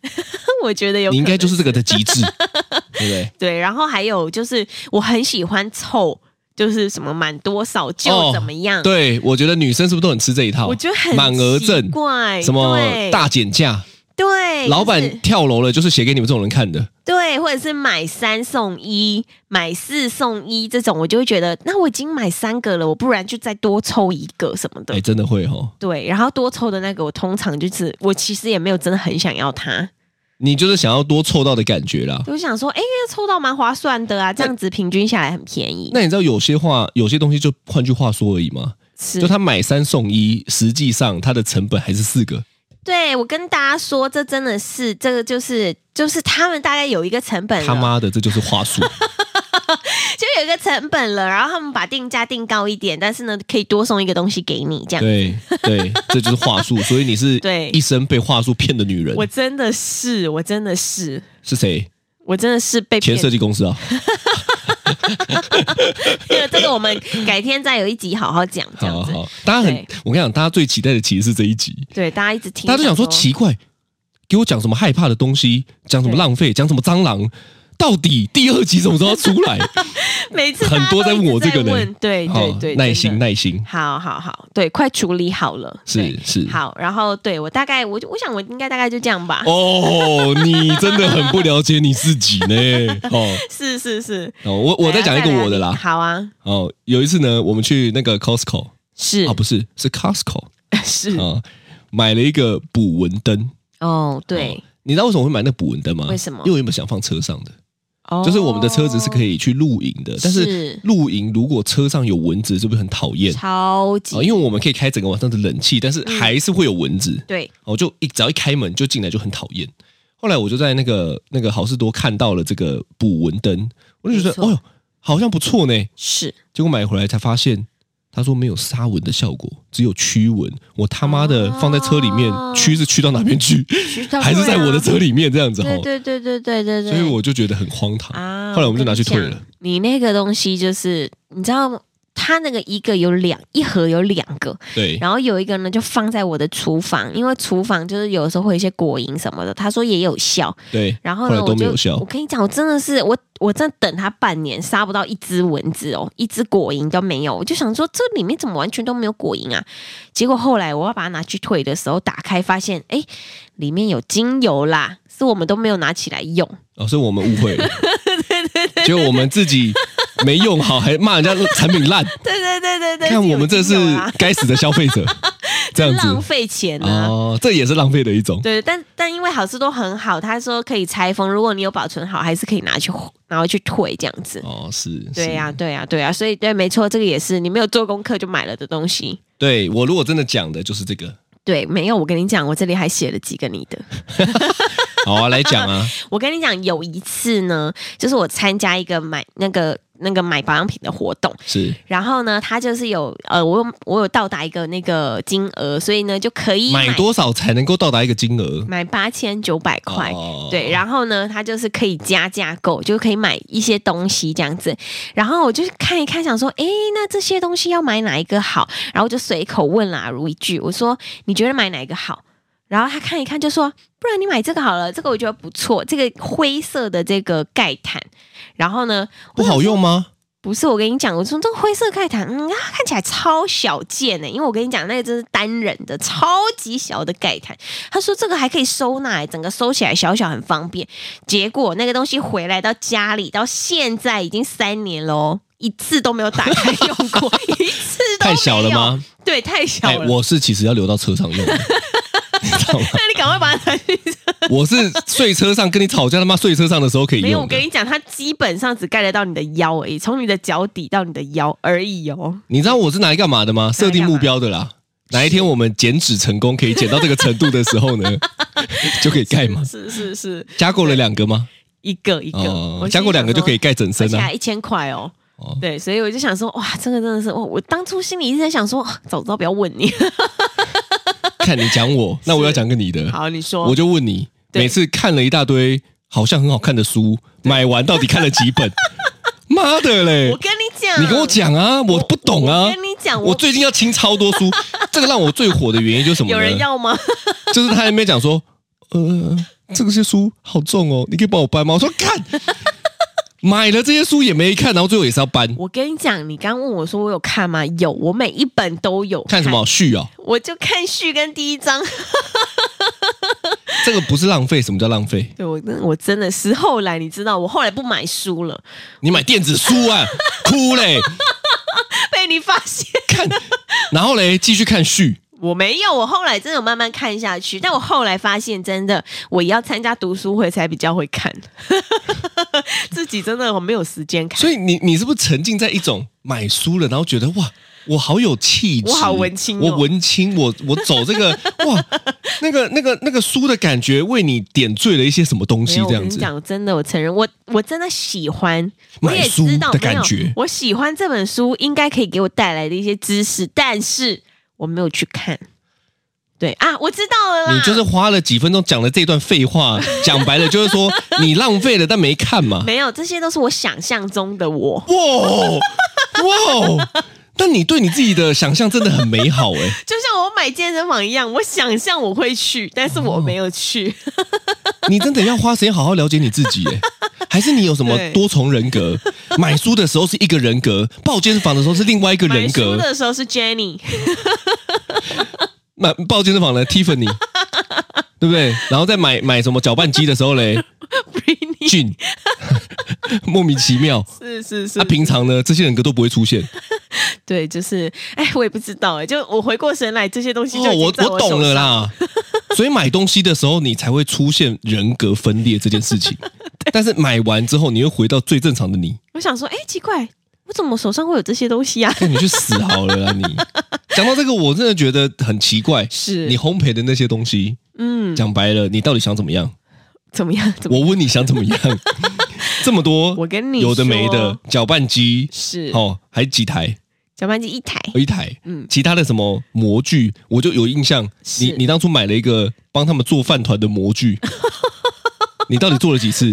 Speaker 2: 我觉得有可能
Speaker 3: 你应该就是这个的极 致，对不对？
Speaker 2: 对，然后还有就是我很喜欢凑，就是什么满多少就怎么样，
Speaker 3: 哦对，我觉得女生是不是都很吃这一套？
Speaker 2: 我觉得很
Speaker 3: 满额
Speaker 2: 奇
Speaker 3: 赠，
Speaker 2: 怪，
Speaker 3: 什么
Speaker 2: 对
Speaker 3: 大减价，
Speaker 2: 对
Speaker 3: 老
Speaker 2: 就是
Speaker 3: 板跳楼了，就是写给你们这种人看的。
Speaker 2: 对，或者是买三送一、买四送一这种，我就会觉得那我已经买三个了，我不然就再多抽一个什么的
Speaker 3: 哎，。真的会哦。
Speaker 2: 对，然后多抽的那个，我通常就是我其实也没有真的很想要它，
Speaker 3: 你就是想要多凑到的感觉啦。
Speaker 2: 我就想说，哎、抽到蛮划算的啊，这样子平均下来很便宜。
Speaker 3: 那你知道有些话，有些东西就换句话说而已嘛，
Speaker 2: 是
Speaker 3: 就他买三送一，实际上它的成本还是四个。
Speaker 2: 对我跟大家说，这真的是这个就是就是他们大概有一个成本了，
Speaker 3: 他妈的，这就是话 术。
Speaker 2: 就有一个成本了，然后他们把定价定高一点，但是呢可以多送一个东西给你这样。
Speaker 3: 对对，这就是话术。所以你是
Speaker 2: 对
Speaker 3: 一生被话术骗的女人
Speaker 2: 我真的是，我真的是，
Speaker 3: 是谁？
Speaker 2: 我真的是被
Speaker 3: 前
Speaker 2: 骗。
Speaker 3: 设计公司啊。
Speaker 2: 这个我们改天再有一集好好讲这
Speaker 3: 好
Speaker 2: 样
Speaker 3: 好
Speaker 2: 子。
Speaker 3: 好，大家很
Speaker 2: 对，
Speaker 3: 我跟你讲，大家最期待的其实是这一集。
Speaker 2: 对，大家一直听，
Speaker 3: 大家就想说奇怪，给我讲什么害怕的东西，讲什么浪费，讲什么蟑螂，到底第二集什么时候要出 来？
Speaker 2: 每次
Speaker 3: 很
Speaker 2: 大家
Speaker 3: 多
Speaker 2: 都
Speaker 3: 在
Speaker 2: 一
Speaker 3: 问
Speaker 2: 直
Speaker 3: 我这个呢
Speaker 2: 问对对
Speaker 3: 好
Speaker 2: 对，
Speaker 3: 耐
Speaker 2: 真
Speaker 3: 心
Speaker 2: 的
Speaker 3: 耐心，
Speaker 2: 好好好，对，快处理好了，
Speaker 3: 是
Speaker 2: 对
Speaker 3: 是。
Speaker 2: 好。然后对我大概，我就我想我应该大概就这样吧。
Speaker 3: 哦，你真的很不了解你自己 呢。哦，
Speaker 2: 是是是，
Speaker 3: 哦我我再讲一个我的啦。
Speaker 2: 好啊，
Speaker 3: 哦，有一次呢，我们去那个 Costco
Speaker 2: 是
Speaker 3: 啊，不是是 Costco
Speaker 2: 是
Speaker 3: 啊，买了一个捕蚊灯。
Speaker 2: 哦，对，
Speaker 3: 你知道为什么会买那个捕蚊灯吗？
Speaker 2: 为什么
Speaker 3: 因为我原本想放车上的，
Speaker 2: 哦，
Speaker 3: 就是我们的车子是可
Speaker 2: 以
Speaker 3: 以去露营的，但
Speaker 2: 是
Speaker 3: 是露营如果车上有蚊子，是不是很讨厌？
Speaker 2: 哦超级
Speaker 3: 啊，因为我们可以开整个晚上的冷气，但
Speaker 2: 嗯
Speaker 3: 是还是会有蚊子。
Speaker 2: 对
Speaker 3: 我就一只要一开门就进来就很讨厌。后来我就在那个那个好事多看到了这个捕蚊灯，我就觉
Speaker 2: 没
Speaker 3: 得
Speaker 2: 错
Speaker 3: 哦哟好像不错呢。
Speaker 2: 是
Speaker 3: 结果买回来才发现，他说没有杀蚊的效果，只有驱蚊。我他妈的
Speaker 2: 哦
Speaker 3: 放在车里面驱是驱到哪边 去，还是在我的车里面这样子哈
Speaker 2: 啊
Speaker 3: 哦
Speaker 2: 对。对对对对对对，
Speaker 3: 所以我就觉得很荒唐。
Speaker 2: 啊，
Speaker 3: 后来我们就拿去退
Speaker 2: 跟你
Speaker 3: 了
Speaker 2: 讲。。你那个东西就是你知道。它那个一个有两一盒有两个，
Speaker 3: 对，
Speaker 2: 然后有一个呢就放在我的厨房，因为厨房就是有时候会有一些果蝇什么的，他说也有效。
Speaker 3: 对，
Speaker 2: 然后
Speaker 3: 后来
Speaker 2: 呢，
Speaker 3: 都
Speaker 2: 我
Speaker 3: 没
Speaker 2: 就
Speaker 3: 有效
Speaker 2: 我跟你讲，我真的是我我真的等它半年，杀不到一只蚊子哦，一只果蝇都没有。我就想说，这里面怎么完全都没有果蝇啊？结果后来我要把它拿去退的时候，打开发现，哎，里面有精油啦，是我们都没有拿起来用。
Speaker 3: 哦，所以我们误 会了。结果我们自己没用好，还骂人家产 品烂。
Speaker 2: 对对对对对，
Speaker 3: 看
Speaker 2: 有
Speaker 3: 我们这是
Speaker 2: 精油啊
Speaker 3: 该死的消费 者，这样
Speaker 2: 浪
Speaker 3: 子
Speaker 2: 费钱啊。
Speaker 3: 哦，这也是浪费的一种。
Speaker 2: 对，但但因为好事都很好，他说可以拆封，如果你有保存好，还是可以拿去拿回去退这样子。
Speaker 3: 哦，是，
Speaker 2: 对呀、
Speaker 3: 是
Speaker 2: 对呀、对呀、所以对，没错，这个也是你没有做功课就买了的东西。
Speaker 3: 对我如果真的讲的就是这个，
Speaker 2: 对，没有，我跟你讲，我这里还写了几个你的。
Speaker 3: 好 啊，来讲啊，
Speaker 2: 我跟你讲，有一次呢，就是我参加一个买那个那个买保养品的活动，
Speaker 3: 是
Speaker 2: 然后呢，他就是有呃，我有我有到达一个那个金额，所以呢就可以
Speaker 3: 买多少才能够到达一个金额？
Speaker 2: 买八千九百块。
Speaker 3: 哦
Speaker 2: 对，然后呢，它就是可以加价购，就可以买一些东西这样子。然后我就看一看，想说，诶，那这些东西要买哪一个好？然后我就随口问了阿如一句，我说你觉得买哪一个好？然后他看一看就说，不然你买这个好了，这个我觉得不错，这个灰色的这个盖毯。然后呢，
Speaker 3: 不好用吗？
Speaker 2: 不是我跟你讲，我说这灰色盖毯，嗯，它看起来超小件欸呢、因为我跟你讲，那个真是单人的，超级小的盖毯。他说这个还可以收纳、欸整个收起来小小很方便。结果那个东西回来到家里，到现在已经三年喽，一次都没有打开用 过，一次都没有
Speaker 3: 太小了？吗？
Speaker 2: 对，太小
Speaker 3: 哎，
Speaker 2: 了。
Speaker 3: 我是其实要留到车上 用的，你知道吗？
Speaker 2: 那你赶快把它拿 去。
Speaker 3: 我是睡车上跟你吵架，他妈睡车上的时候可以
Speaker 2: 没有，我
Speaker 3: 用
Speaker 2: 跟
Speaker 3: 的。
Speaker 2: 你讲，它基本上只盖得到你的腰而已，从你的脚底到你的腰而已哦。
Speaker 3: 你知道我是拿来干嘛的吗？设定目标的啦。哪一天我们减脂成功，可以减到这个程度的 时候呢，就可以盖嘛。
Speaker 2: 是是是，
Speaker 3: 加购了两个吗？哦
Speaker 2: 一个一个，我
Speaker 3: 加购两个就可以
Speaker 2: 以。
Speaker 3: 盖整
Speaker 2: 而
Speaker 3: 身
Speaker 2: 且
Speaker 3: 啊
Speaker 2: 还。一千块哦。
Speaker 3: 哦
Speaker 2: 对，所以我就想说，哇，这个真的是，我我当初心里一直在想说， 啊早知道不要问 你。
Speaker 3: 看你 讲我，那我要讲个你的，
Speaker 2: 好，你说，
Speaker 3: 我就问你，
Speaker 2: 对
Speaker 3: 每次看了一大堆好像很好看的书，买完到底看了几本？ 妈的嘞
Speaker 2: 我！跟你讲，
Speaker 3: 你跟我讲啊，我不懂
Speaker 2: 我
Speaker 3: 啊
Speaker 2: 跟。你讲，
Speaker 3: 我最近要清超多书，这个让我最火的原因就是什么
Speaker 2: 有人
Speaker 3: 呢？
Speaker 2: 要吗？
Speaker 3: 就是他在那边讲说，呃，这些书好重哦，你可以帮我搬吗？我说看， 买了这些书也没看，然后最后也是要搬，
Speaker 2: 我跟你讲，你刚问我说我有看吗？有，我每一本都有
Speaker 3: 看什么续哦？
Speaker 2: 我就看序跟第一章。
Speaker 3: 这个不是浪费，什么叫浪费？
Speaker 2: 对我，我真的是后来你知道，我后来不买书了，
Speaker 3: 你买电子书啊， 哭嘞，
Speaker 2: 被你发现。
Speaker 3: 看，然后嘞继续看续，
Speaker 2: 我没有，我后来真的有慢慢看下去，但我后来发现，真的我要参加读书会才比较会看， 自己真的我没有时间看，
Speaker 3: 所以你你是不是沉浸在一种买书了，然后觉得哇，我好有气质，
Speaker 2: 我好文青哦
Speaker 3: 我文青，我我走这个哇，那个那个那个书的感觉为你点缀了一些什么东
Speaker 2: 没
Speaker 3: 西
Speaker 2: 有。我
Speaker 3: 这
Speaker 2: 跟
Speaker 3: 样
Speaker 2: 你
Speaker 3: 子，
Speaker 2: 讲，真的，我承认，我我真的喜欢，我
Speaker 3: 买
Speaker 2: 也
Speaker 3: 书
Speaker 2: 知道
Speaker 3: 的
Speaker 2: 没有
Speaker 3: 感觉
Speaker 2: 我喜欢这本书，应该可以给我带来的一些知识，但是我没有去看。对啊，我知道了啦，
Speaker 3: 你就是花了几分钟讲了这段废 话，讲白了就是说你浪费了，但没看嘛，
Speaker 2: 没有，这些都是我想象中的 我，
Speaker 3: 哇哇。但你对你自己的想象真的很美好哎、
Speaker 2: 就像我买健身房一样，我想象我 会去，但是我没有去。
Speaker 3: 你真的要花时间好好了解你自己哎、还是你有什么
Speaker 2: 对
Speaker 3: 多重 人格？买书的时候是一个人格，报健身房的时候是另外一个
Speaker 2: 买
Speaker 3: 人
Speaker 2: 书
Speaker 3: 格，
Speaker 2: 的时候是 Jenny，
Speaker 3: 买报健身房的 Tiffany，对不对？然后再买买什么搅拌机的时候 嘞
Speaker 2: Britney，
Speaker 3: 俊， 莫名其妙。
Speaker 2: 是是是
Speaker 3: 那、，平常呢，这些人格都不会出现。
Speaker 2: 对，就是，哎，我也不知道，哎，就我回过神来，这些东西就
Speaker 3: 哦，
Speaker 2: 已
Speaker 3: 我
Speaker 2: 经在我
Speaker 3: 懂了
Speaker 2: 手上，
Speaker 3: 啦。所以买东西的时候，你才会出现人格分裂这件 事情。但是买完之后，你又回到最正常的你。
Speaker 2: 我想说，哎，奇怪，我怎么手上会有这些东西啊？
Speaker 3: 那你去死好了啊！你讲到这个，我真的觉得很奇怪。
Speaker 2: 是
Speaker 3: 你烘焙的那些东西，
Speaker 2: 嗯，
Speaker 3: 讲白了，你到底想怎么样？
Speaker 2: 怎么样？怎么
Speaker 3: 我问你想怎么 样？这么多，
Speaker 2: 我跟你
Speaker 3: 有的没
Speaker 2: 说
Speaker 3: 的，搅拌机
Speaker 2: 是？
Speaker 3: 哦，还几台？
Speaker 2: 搅拌机一台，
Speaker 3: 一台。
Speaker 2: 嗯，
Speaker 3: 其他的什么模具，我就有印象。
Speaker 2: 是
Speaker 3: 你你当初买了一个帮他们做饭团的模 具，你到底做了几次？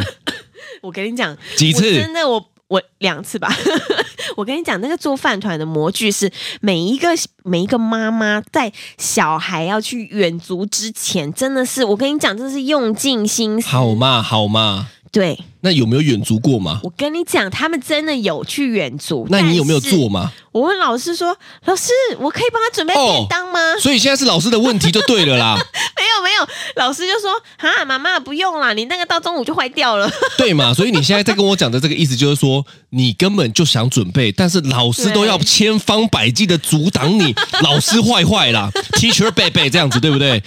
Speaker 2: 我跟你讲，
Speaker 3: 几
Speaker 2: 我
Speaker 3: 次
Speaker 2: 真？的我我两次吧。 我跟你讲，那个做饭团的模具是每一个每一个妈妈在小孩要去远足之前，真的是我跟你讲，真的是用尽心思。
Speaker 3: 好嘛好嘛，
Speaker 2: 对
Speaker 3: 那有没有远足过嘛？
Speaker 2: 我跟你讲，他们真的有去远足。
Speaker 3: 那你有没有
Speaker 2: 但是
Speaker 3: 做？嘛？
Speaker 2: 我问老师说：“老师，我可以帮他准备
Speaker 3: 哦
Speaker 2: 便当吗？”
Speaker 3: 所以现在是老师的问题就对 了啦，
Speaker 2: 没有没有，老师就说：“啊，妈妈不用啦，你那个到中午就坏掉了。
Speaker 3: 对嘛？所以你现在在跟我讲的这个意思就是说，你根本就想准备，但是老师都要
Speaker 2: 对
Speaker 3: 千方百计的阻 挡你，老师坏坏啦，teacher 贝贝这样子对不对？”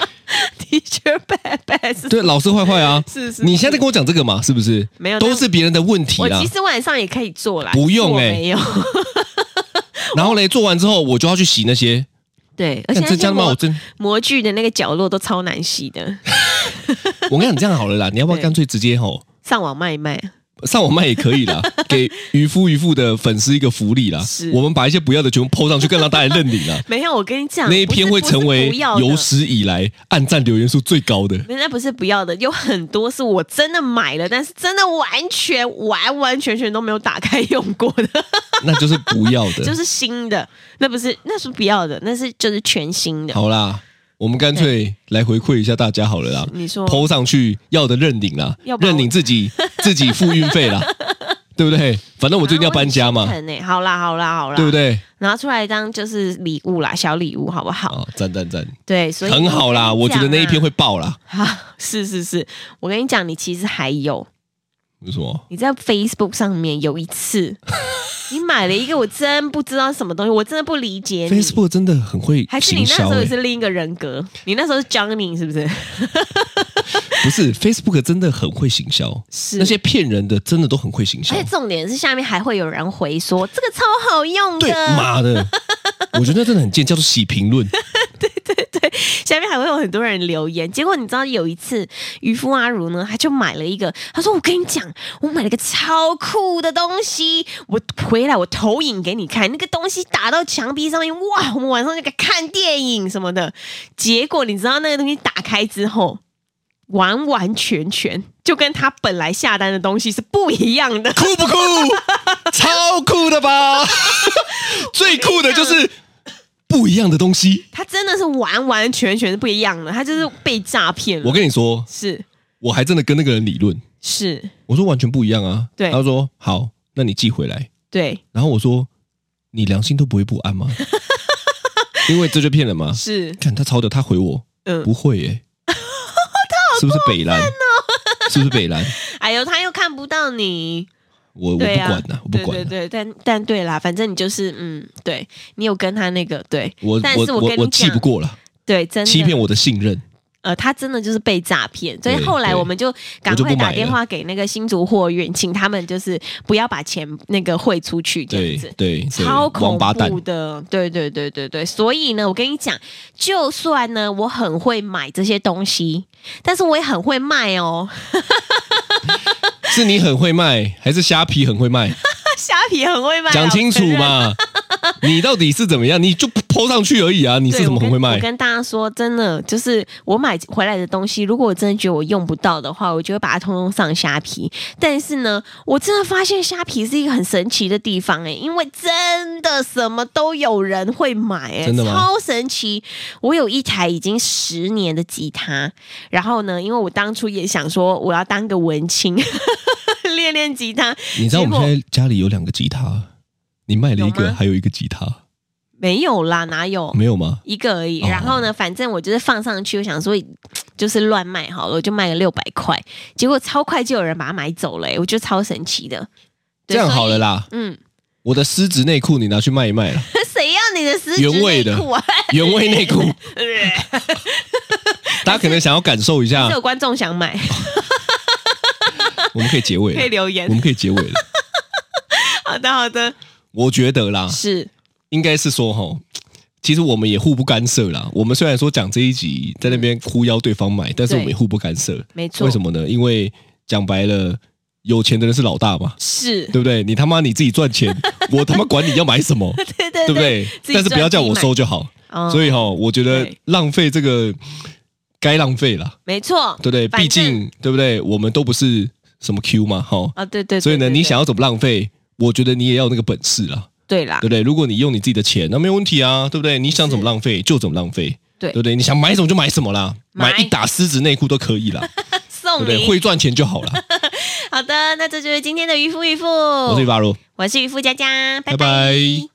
Speaker 2: Teacher bad bad 是
Speaker 3: 对，老师坏坏啊。
Speaker 2: 是是，
Speaker 3: 你现在在
Speaker 2: 是
Speaker 3: 跟我讲这个嘛？是不是？
Speaker 2: 没有
Speaker 3: 都
Speaker 2: 但
Speaker 3: 是别人的问题
Speaker 2: 我
Speaker 3: 啦
Speaker 2: 其。实晚上也可以做啦，
Speaker 3: 不用
Speaker 2: 我
Speaker 3: 欸
Speaker 2: 没有。
Speaker 3: 然后嘞，做完之后我就要去洗那些。
Speaker 2: 对，而且
Speaker 3: 但这
Speaker 2: 那些
Speaker 3: 家嘛，我
Speaker 2: 模
Speaker 3: 真，
Speaker 2: 模具的那个角落都超难洗的，
Speaker 3: 我跟你讲，你这样好了啦，你要不要
Speaker 2: 对
Speaker 3: 干脆直接吼
Speaker 2: 上网卖一卖。
Speaker 3: 上网卖也可以啦，给渔夫渔妇的粉丝一个福利啦
Speaker 2: 是。
Speaker 3: 我们把一些不要的全部抛上去，更让大家
Speaker 2: 。
Speaker 3: 认领啦
Speaker 2: 没有，我跟你讲，
Speaker 3: 那一
Speaker 2: 啊不是
Speaker 3: 篇会成为
Speaker 2: 不是不要的
Speaker 3: 有史以来按赞留言数最高的。
Speaker 2: 没有那不是不要的，有很多是我真的买了，但是真的完全完完全全都没有打开用过的，
Speaker 3: 那就是不要的。
Speaker 2: 就是新的，那不是那是不要的，那是就是全新的。
Speaker 3: 好啦，我们干脆来回馈一下大家好了啦。
Speaker 2: 你说
Speaker 3: 抛上去要的认领啦
Speaker 2: 要，不然
Speaker 3: 认
Speaker 2: 我
Speaker 3: 领自己自己付运费啦， 对不对？反正我最近要搬
Speaker 2: 啊
Speaker 3: 家
Speaker 2: 我
Speaker 3: 嘛，
Speaker 2: 很心疼欸好啦好啦好啦，
Speaker 3: 对不？对？
Speaker 2: 拿出来当就是礼物啦，小礼物好不好？
Speaker 3: 啊，赞赞赞，
Speaker 2: 对，所以
Speaker 3: 很好啦，我觉得那一篇会爆啦。
Speaker 2: 啊， 是是是，我跟你讲，你其实还有，
Speaker 3: 为什么？
Speaker 2: 你在 Facebook 上面有一 次，你买了一个我真不知道什么东西，我真的不理解你。
Speaker 3: Facebook 真的很会
Speaker 2: 还是你那
Speaker 3: 行
Speaker 2: 时
Speaker 3: 销、
Speaker 2: 候也
Speaker 3: 欸，
Speaker 2: 是另一个人格？你那时候是 Johnny 是不是？
Speaker 3: 不是 Facebook 真的很会行销，
Speaker 2: 是哎
Speaker 3: 那些骗人的真的都很会行销
Speaker 2: 而且，重点是下面还会有人回说这个超好用
Speaker 3: 对，
Speaker 2: 的，
Speaker 3: 妈的，我觉得真的很贱，叫做洗 评论，
Speaker 2: 下面还会有很多人留言。结果你知道有一次渔夫阿如呢，他就买了一个，他说我跟你讲，我买了个超酷的东西，我回来我投影给你看，那个东西打到墙壁上面，哇，我们晚上就可以看电影什么的。结果你知道那个东西打开之后。完完全全就跟他本来下单的东西是不一样的，
Speaker 3: 酷不酷？超酷 的吧？最酷的就是不一样的东西。
Speaker 2: 他真的是完完全全是不一样的，他就是被诈骗了。
Speaker 3: 我跟你说，
Speaker 2: 是
Speaker 3: 我还真的跟那个人理论，
Speaker 2: 是，
Speaker 3: 我说完全不一样啊。
Speaker 2: 对
Speaker 3: 他说好，那你寄回来。
Speaker 2: 对，
Speaker 3: 然后我说你良心都不会不 安吗？因为这就骗人嘛。
Speaker 2: 是
Speaker 3: 看他抄的，他回我
Speaker 2: 嗯
Speaker 3: 不会耶、 是不是北兰？
Speaker 2: 哦
Speaker 3: 是不是北兰？
Speaker 2: 哎呦，他又看不到你，
Speaker 3: 我我不
Speaker 2: 对啊，
Speaker 3: 管呐、我不管
Speaker 2: 对
Speaker 3: 啊、
Speaker 2: 对对，但但对啦，反正你就是嗯，对你有跟他那个对，
Speaker 3: 我
Speaker 2: 但是
Speaker 3: 我
Speaker 2: 我跟
Speaker 3: 我
Speaker 2: 你
Speaker 3: 我气
Speaker 2: 讲
Speaker 3: 不过了，
Speaker 2: 对，真的
Speaker 3: 欺骗我的信任。
Speaker 2: 呃，他真的就是被诈骗，所以
Speaker 3: 对
Speaker 2: 后来
Speaker 3: 对
Speaker 2: 我们就赶
Speaker 3: 我就
Speaker 2: 快
Speaker 3: 不买
Speaker 2: 打
Speaker 3: 了
Speaker 2: 电话给那个新竹货运，请他们就是不要把钱那个汇出去这
Speaker 3: 对
Speaker 2: 样子。
Speaker 3: 对，对
Speaker 2: 超
Speaker 3: 王
Speaker 2: 恐
Speaker 3: 八蛋
Speaker 2: 怖！的，对对对对对，所以呢，我跟你讲，就算呢我很会买这些东西，但是我也很会卖哦，
Speaker 3: 是你很会卖，还是虾皮很 会卖？
Speaker 2: 虾皮很会卖啊，
Speaker 3: 讲清楚
Speaker 2: 我承认
Speaker 3: 嘛！ 你到底是怎么样？你就抛上去而已啊！你是
Speaker 2: 对
Speaker 3: 怎么
Speaker 2: 我跟
Speaker 3: 很会
Speaker 2: 我
Speaker 3: 卖？
Speaker 2: 跟大家说，真的，就是我买回来的东西，如果我真的觉得我用不到的话，我就会把它通通上虾皮。但是呢，我真的发现虾皮是一个很神奇的地方哎、因为真的什么都有人会买哎、
Speaker 3: 真的吗
Speaker 2: 超神奇！我有一台已经十年的吉他，然后呢，因为我当初也想说我要当个文青。 练练吉他。
Speaker 3: 你知道我们
Speaker 2: 结果
Speaker 3: 现在家里有两个吉他，你卖了一
Speaker 2: 有
Speaker 3: 个，
Speaker 2: 吗
Speaker 3: 还有一个吉他，
Speaker 2: 没有啦，哪有？
Speaker 3: 没有吗？
Speaker 2: 一个而已。
Speaker 3: 哦
Speaker 2: 然后呢，反正我就是放上去，我想说就是乱卖好了，我就卖个六百块，结果超快就有人把它买走了、欸，我觉得超神奇的。
Speaker 3: 这
Speaker 2: 对
Speaker 3: 样好了。啦，
Speaker 2: 所以嗯，
Speaker 3: 我的丝质内裤你拿去卖一 卖了，
Speaker 2: 谁要你的丝质
Speaker 3: 原 味的
Speaker 2: 内裤啊？
Speaker 3: 原味内裤，大家可能想要感受一下
Speaker 2: 是，有观众想 买，
Speaker 3: 我们可以结尾
Speaker 2: 可以
Speaker 3: 了，
Speaker 2: 留
Speaker 3: 我
Speaker 2: 言
Speaker 3: 们。可以结尾了。
Speaker 2: 好的，好的，
Speaker 3: 我觉得啦，
Speaker 2: 是
Speaker 3: 应该是说哈，其实我们也互不干涉啦。我们虽然说讲这一集在那边哭邀对方买，但是我们也互不干涉。
Speaker 2: 没错。
Speaker 3: 为什么呢？因为讲白了，有钱的人是老大嘛，
Speaker 2: 是，
Speaker 3: 对不对？你他妈你自己赚 钱，我他妈管你要买什么，
Speaker 2: 对 对
Speaker 3: 对不？对？
Speaker 2: 自己
Speaker 3: 但
Speaker 2: 赚
Speaker 3: 是不要叫我收就好。
Speaker 2: 哦
Speaker 3: 所以哈，我觉得
Speaker 2: 对
Speaker 3: 浪费这个该浪费啦，
Speaker 2: 没错，
Speaker 3: 对不对？
Speaker 2: 反
Speaker 3: 毕
Speaker 2: 正
Speaker 3: 竟对不对？我们都不是什么 Q 嘛，哈。
Speaker 2: 啊，对对对
Speaker 3: 所以呢，
Speaker 2: 对对
Speaker 3: 你想要怎么浪费，我觉得你也要有那个本事啦。
Speaker 2: 对啦
Speaker 3: 对，不对？如果你用你自己的钱，那没有问题啊，对不对？你想怎么浪费就怎么浪费，
Speaker 2: 对
Speaker 3: 对不对？你想买什么就买什么啦，
Speaker 2: 买
Speaker 3: 买一打丝质内裤都可以 啦，对不
Speaker 2: 送
Speaker 3: 对？
Speaker 2: 你。
Speaker 3: 会赚钱就好 啦。
Speaker 2: 好的，那这就是今天的渔夫渔妇，
Speaker 3: 我是
Speaker 2: 我
Speaker 3: 巴罗，
Speaker 2: 是渔夫佳佳，
Speaker 3: 拜
Speaker 2: 拜
Speaker 3: 拜